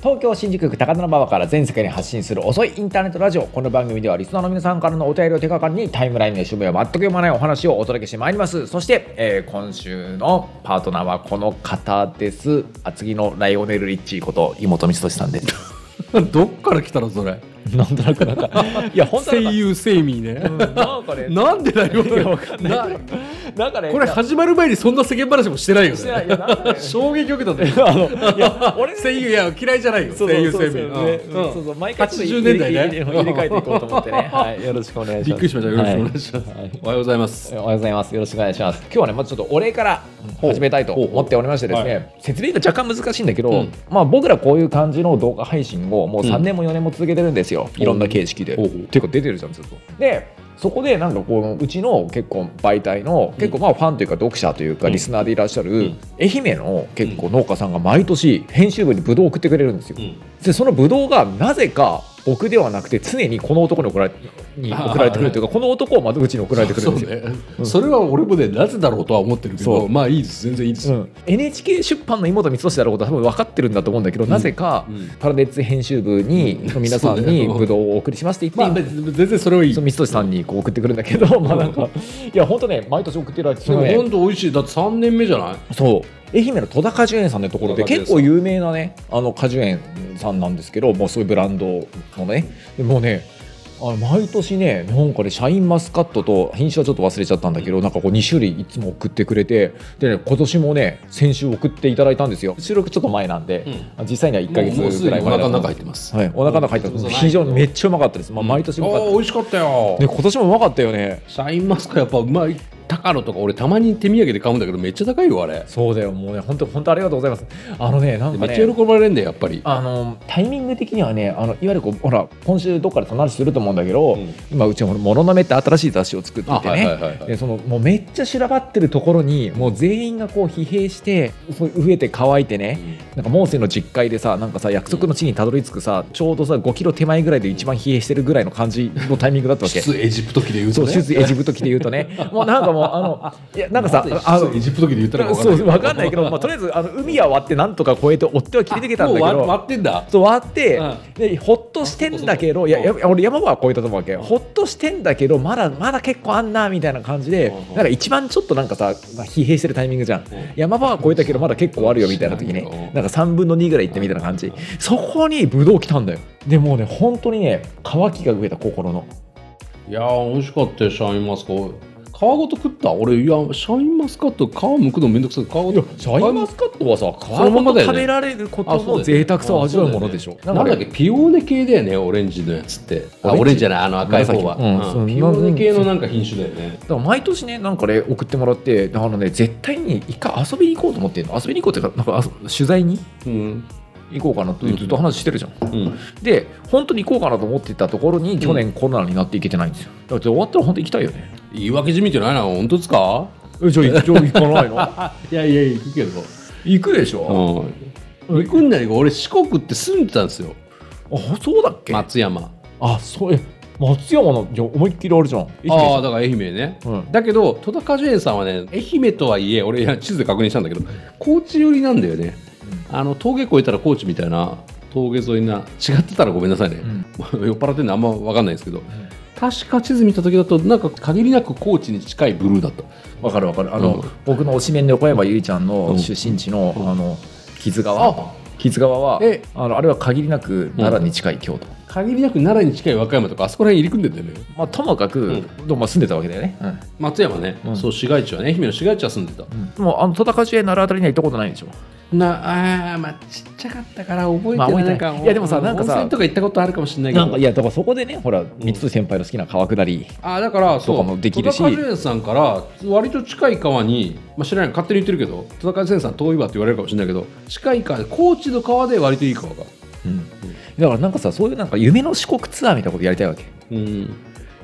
東京新宿区高田馬場から全世界に発信する遅いインターネットラジオこの番組ではリスナーの皆さんからのお便りを手がかりにタイムラインの趣味を全く読まないお話をお届けしてまいりますそして、えー今週のパートナーはこの方です厚木のライオネル・リッチーこと妹道俊さんです どっから来たのそれなんとなくなんか いや本当声なんか優セイミーね、なんかねなんでだよいやわかんないななんかねこれいや始まる前にそんな世間話もしてないよしてないいねやなんかね衝撃を受けたんだよあのいや俺ね声優いや嫌いじゃないよそうそう声優そセうイミそうーねうんうそうんそう毎回ちょっと80年代入れね入れ入れ替えていこうと思ってねはいよろしくお願いしますびっくりしましたよろしくお願いします、はいはいおはようございますおはようございます。よろしくお願いします。今日はね、まずちょっとお礼から始めたいと思っておりましてですね、ほう説明が若干難しいんだけど、うんまあ僕らこういう感じの動画配信をもううん3年も4年も続けてるんですよ。いろんな形式で。ほうっていうか出てるじゃん、ずっと。で、そこでなんかこのうちの結構媒体の結構まあファンというか読者というかうんリスナーでいらっしゃるん愛媛の結構農家さんが毎年編集部にブドウを送ってくれるんですよう。んでそのブドウがなぜか僕ではなくて常にこの男に送られに送られてくるというかこの男を窓口に送られてくるんですよ。そうねそれは俺もねなぜだろうとは思ってるけそどうまあいいです全然いいです、うん、NHK 出版の妹光俊であることは多分分かってるんだと思うんだけど、なぜか、うんパラデッツ編集部に、うん皆さんそうねにブドウをお送りしますってま言あって、別に全然それはいいその光俊さんにこう送ってくるんだけど、まあなんかいや本当ね毎年送ってられてでもね本当美味しいだって3年目じゃないそう愛媛の戸田果樹園さんのところで戸田果樹園結構有名なねあの果樹園さんなんですけどもうそういうブランドのねでもうねあの毎年ねなんかねシャインマスカットと品種はちょっと忘れちゃったんだけどなんかこう2種類いつも送ってくれてでね今年もね先週送っていただいたんですよ収録ちょっと前なんで、実際には1かもう月すぐでらにいお前腹だのったんで中入ってますすはい、お腹の中入ってます非常にめっちゃうまかったです、まあ、毎年うあまかったー美味しかったよ、で今年もうまかったよねシャインマスカットやっぱうまい高野とか俺たまに手土産で買うんだけどめっちゃ高いよあれ、そうだよもうね本当本当ありがとうございますあのねなんかめねっちゃ喜ばれるんだよやっぱりあのタイミング的にはねあのいわゆるこうほら今週どっかでその話すると思うんだけど、うん今うちも「もののめ」って新しい雑誌を作ってあてね、はいはいはいはいでそのもうめっちゃ修羅ばってるところにもう全員がこう疲弊してそう飢えて乾いてね、なんかモーセの実会でさなんかさ約束の地にたどり着くさちょうどさ5キロ手前ぐらいで一番疲弊してるぐらいの感じのタイミングだったわけ。出エジプト期で言うそとうね手術エジプト期で言うと ねもうなんかもうあのいやなんかさあの出エジプト期で言ったらそう分かんないいけど、まあ、とりあえずあの海は割ってなんとか越えて追っては切り抜けたんだけあもうど割割ってんだそう割って、うんでほっとしてんだけどいやうんや俺山は超えたと思うわけよほっとしてんだけどまだまだ結構あんなみたいな感じでうんなんか一番ちょっとなんかさ、まあ、疲弊してるタイミングじゃん山場は超えたけどまだ結構あるよみたいな時うねんなんか3分の2ぐらい行ってみたいな感じそこにブドウ来たんだよでもうね本当にね乾きが増えた心のいやー美味しかったよシャインマスカット皮ごと食った俺いやシャインマスカット皮むくのめんどくさい皮ごとシャインマスカットはさ皮そのまごまとだよ食ねべられることあそうだよのね贅沢さを味わうものでしょなんだっけピオーネ系だよねオレンジのやつってあオレンジじゃないあの赤い方は、紫うんうんピオーネ系のなんか品種だよねだから毎年ねなんかね送ってもらってあのね絶対に一回遊びに行こうと思ってんの遊びに行こうっていうかなんかあそ取材にうん、行こうかなってずっと話してるじゃん、うん、で本当に行こうかなと思ってたところに去年コロナになって行けてないんですよだって終わったら本当に行きたいよね言い訳じみてないな本当ですかえじゃあ一応行かないのいやいや行くけど 行くでしょ、うん、行くんだけど俺四国って住んでたんですよあそうだっけ、松山あそうえ松山のじゃあ思いっきりあれじゃん愛媛じゃんああだから愛媛ね、うんだけど戸田果樹園さんはね愛媛とはいえ俺いや地図で確認したんだけど高知寄りなんだよね、あの峠越えたら高知みたいな峠沿いな違ってたらごめんなさいね、 酔っ払ってんのあんま分かんないですけど、確か地図見た時だとなんか限りなく高知に近いブルーだったわかるわかるあの、うん僕の推しメンの横山ゆりちゃんのうん出身地の、あの木津川あ木津川はえあのあれは限りなく奈良に近い京都、限りなく奈良に近い和歌山とかあそこら辺入り組んでんだよねまあ、ともかく、でもまあ住んでたわけだよね、松山ね、うんそう市街地はね愛媛の市街地は住んでた、でもあの戸田果樹園奈良あたりには行ったことないんでしょなあーまあちっちゃかったから覚えてまあない,、覚えてないなんかいやでもさなんかさ温泉とか行ったことあるかもしれないけどなんかいやだからそこでねほら三つ先輩の好きな川下りあーだからそうとかもできるし戸田果樹園さんから割と近い川に、まあ、知らない勝手に言ってるけど戸田果樹園さん遠いわって言われるかもしれないけど近い川で高知の川で割といい川がうんだからなんかさそういうなんか夢の四国ツアーみたいなことやりたいわけだかうん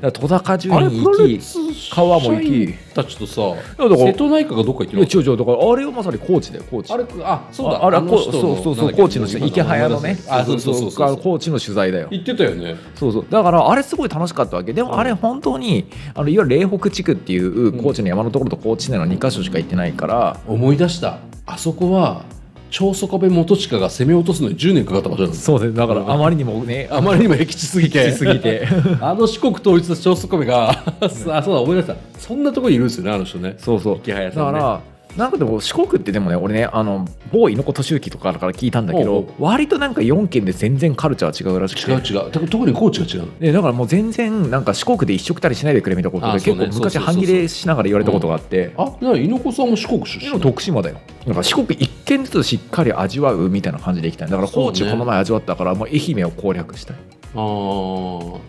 ら戸田果樹あれ園に行きいき川も行きたちとさだから瀬戸内海がどっか行ってやる違う違うだからあれはまさに高知だよ高知あれあそうだああれはのこう人のそうそうそうなんだっけ高知の人今池早のねあそうそうそうそうあの高知の取材だよ行ってたよねそうそうだからあれすごい楽しかったわけでもあれ本当にあのいわゆる嶺北地区っていう高知の山のところと高知内の2か所しか行ってないから、思い出したあそこは長宗我部元親が攻め落とすのに10年かかった場所 なんですそうですだからあまりにもね あまりにも僻地すぎてしすぎ てあの四国統一の長宗我部が あそうだ思い出したそんなところにいるんですよねあの人ねそうそう池早ださかんねらなんかでも四国ってでもね俺ねあの某猪子敏之とかから聞いたんだけおどう割となんか4県で全然カルチャー違うらしくて違う違う特特に高知が違うのでだからもう全然なんか四国で一緒くたりしないでくれみたいなことあでそう結ね構昔そうそうそう半そう切れしながら言われたことがあってあなに猪子さんも四国出で身も徳島だよだから四国一軒ずつしっかり味わうみたいな感じでいきたいだから高知そうねこの前味わったからもう愛媛を攻略したいああ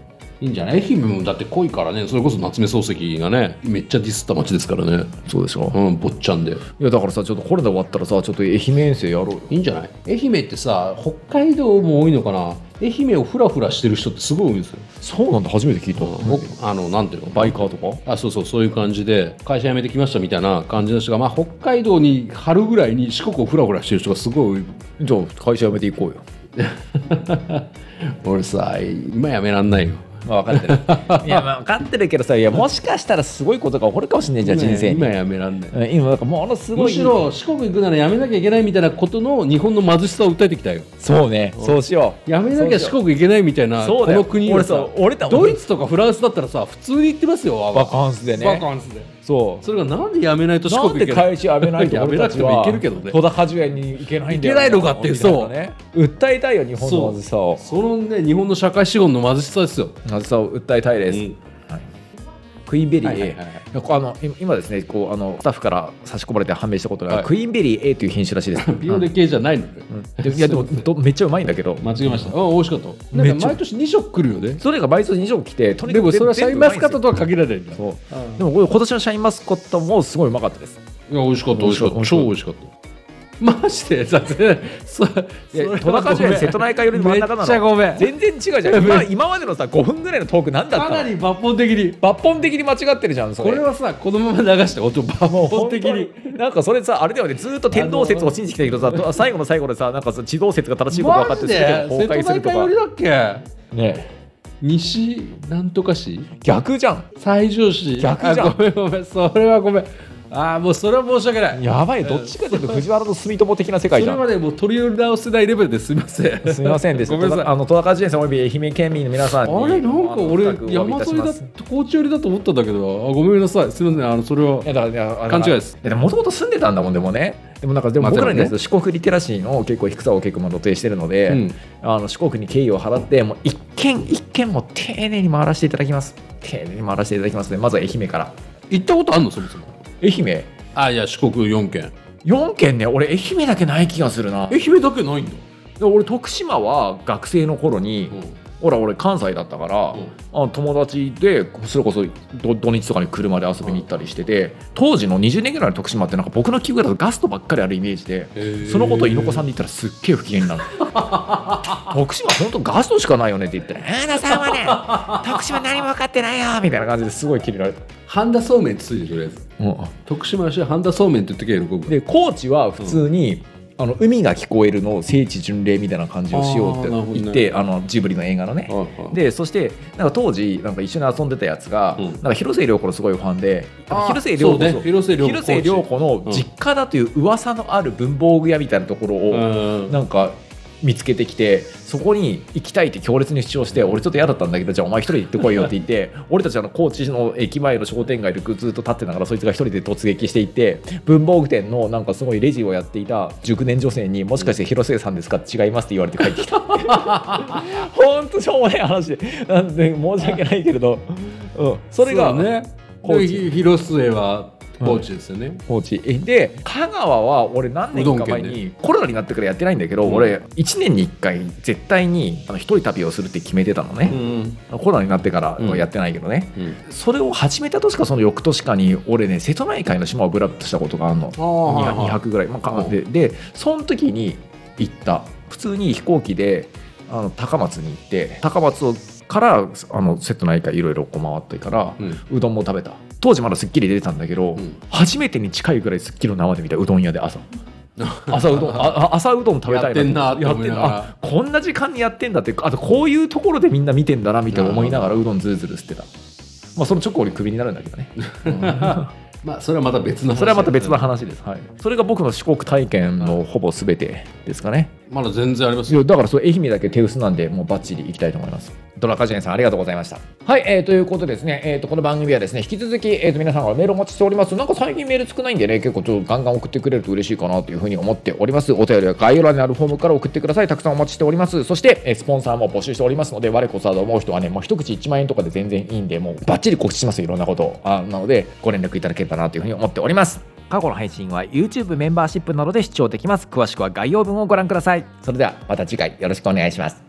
いいんじゃない愛媛もだって濃いからねそれこそ夏目漱石がねめっちゃディスった街ですからねそうでしょうん坊っちゃんでいやだからさちょっとコロナ終わったらさちょっと愛媛遠征やろうよいいんじゃない愛媛ってさ北海道も多いのかな愛媛をフラフラしてる人ってすごい多いんですよ、そうなんだ初めて聞いた僕あのなんていうのバイカーとかあそうそうそういう感じで会社辞めてきましたみたいな感じの人が、まあ、北海道に春ぐらいに四国をフラフラしてる人がすごい じゃあ会社辞めていこうよ多い俺さ今辞めらんないよまあ、分かってる いやまあ分かってるけどさいやもしかしたらすごいことが起こるかもしれないじゃん人生に今今辞めらんない今なんかものすごいむしろ四国行くならやめなきゃいけないみたいなことの日本の貧しさを訴えてきたよそうねそうしようやめなきゃ四そうしよう国行けないみたいなそうこだよの国をさ俺さ俺だドイツとかフランスだったらさ普通に行ってますよ我バがカンスでねバカンスでそうそれがなんでやめないと四なん国で行けない会社辞めないとやめ俺なたくちてもはいけるけどね戸田果樹園に行けないんだよ行けないのかっていうみたなね訴えたいよ日本の貧しさをそのね日本の社会資本の貧しさですよ、貧しさを訴えたいです、うんクイーンベリー A、はいはいはいはいいやこうあの今今ですねこうあのスタッフから差し込まれて判明したことが、はいクイーンベリー A という品種らしい ですビオレ系じゃないのよ、うん でいやでもどめっちゃうまいんだけど間違えましたあ美味しかったなめっんちかゃ毎年2食来るよねそれが倍数以上来てとにかでくもそれはシ全ャイ部うまンいマんですスカよットとは限らないんだいそううんでもこれ今年のシャインマスカットもすごいうまかったですや美味しかった美味しかった超美味しかったマ ジでだってそそいや戸中樹園瀬戸内海より真ん中なのめっちゃごめん全然違うじゃ ん今今までのさ5分ぐらいのトークなんだったかのなり抜本的に抜本的に間違ってるじゃんそれこれはさこのまま流して音抜本的になんかそれさあれだよねずーっと天動説を信じてきたけどさと最後の最後でさなんかさ地動説が正しいこと分かマってジすべでて瀬が崩壊戸する内と海寄かりだっけね西なんとか市逆じゃん西条市逆じゃんあごめんごめんそれはごめんあーもうそれは申し訳ないやばいどっちかというと藤原の住友的な世そ界じゃれまんでもう取り直せないレベルですいませんすみませんでした。ごめんなさいあの戸田果樹園さんおよび愛媛県民の皆さんにあれなんか俺あの深くお詫びい山たし添まだす高知寄りだと思ったんだけどあごめんなさいすいませんあのそれはいやだからいや勘違いです。もともと住んでたんだもんでもね。でもなんかでもまあ僕らにで対もすねる四国リテラシーの結構低さを結構まあ露呈してるので、うんあの四国に敬意を払ってもう一軒一軒もう丁寧に回らせていただきます。丁寧に回らせていただきますのでまずは愛媛から。行ったことあんのそもそも愛媛あいや四国4県4軒ね俺愛媛だけない気がするな愛媛だけないんだ、で俺徳島は学生の頃に、ほら俺関西だったから、うんあの友達でそれこそど土日とかに車で遊びに行ったりしてて、当時の20年ぐらいの徳島ってなんか僕の記憶だとガストばっかりあるイメージで、そのことを猪子さんに言ったらすっげえ不機嫌にな る徳島本当ガストしかないよねって言って「あなさん はね徳島何も分かってないよ」みたいな感じですごいキレられた。半田そうめんついてとりあえず徳島の人は半田そうめんって言ってけ喜ぶで高知は普通に、あの海が聞こえるのを聖地巡礼みたいな感じをしようってあーなるほどね言ってあ、のジブリの映画のね、でそしてなんか当時なんか一緒に遊んでたやつが、うんなんか広末涼子のすごいファンであー広末涼子そうね広末涼子広末涼子の実家だという噂のある文房具屋みたいなところうを、んなんか見つけてきてそこに行きたいって強烈に主張して俺ちょっと嫌だったんだけどじゃあお前一人で行ってこいよって言って 俺たちあの高知の駅前の商店街でずっと立ってながらそいつが一人で突撃していって文房具店のなんかすごいレジをやっていた熟年女性にもしかして広末さんですかって違いますって言われて帰ってきた。 本当しょうもない話でなんで申し訳ないけれど、うん、それがそうね高知で広末は高知ですよね、放置えで香川は俺何年か前うどんにコロナになってからやってないんだけど、うん俺1年に1回絶対にあの一人旅をするって決めてたのね、んコロナになってからはやってないけどね、うんそれを始めた年かその翌年かに俺ね瀬戸内海の島をぶらっとしたことがあるのああはいはい2泊ぐらい、まあかうんででその時に行った普通に飛行機であの高松に行って高松をからあの瀬戸内海いろいろこう回ってから、うんうどんも食べた当時まだ『スッキリ』出てたんだけど、うん初めてに近いぐらい『スッキリ』の生で見たうどん屋で朝 朝うどんああ朝うどん食べたいやってんなってやっ思ていんなながらあこんな時間にやってんだってあとこういうところでみんな見てん だなみたいな思いながらうどんずるずる捨てた、まあ、その直後にクビになるんだけどね、まあそれはまた別の話それはまた別の話です、はい、それが僕の四国体験のほぼ全てですかねまだ全然ありますいよやだからそれ愛媛だけ手薄なんでもうバッチリいきたいと思いますドラカジェンさんありがとうございましたはい、えー、ということでですね、えー、とこの番組はですね引き続き、えー、と皆さんからメールお待ちしておりますなんか最近メール少ないんでね結構ちょっとガンガン送ってくれると嬉しいかなというふうに思っておりますお便りは概要欄にあるフォームから送ってくださいたくさんお待ちしておりますそして、えースポンサーも募集しておりますので我こそはと思う人はねもう一口1万円とかで全然いいんでもうバッチリ告知しますよいろんなことをあなのでご連絡いただければなというふうに思っております過去の配信は YouTube メンバーシップなどで視聴できます詳しくは概要文をご覧くださいそれではまた次回よろしくお願いします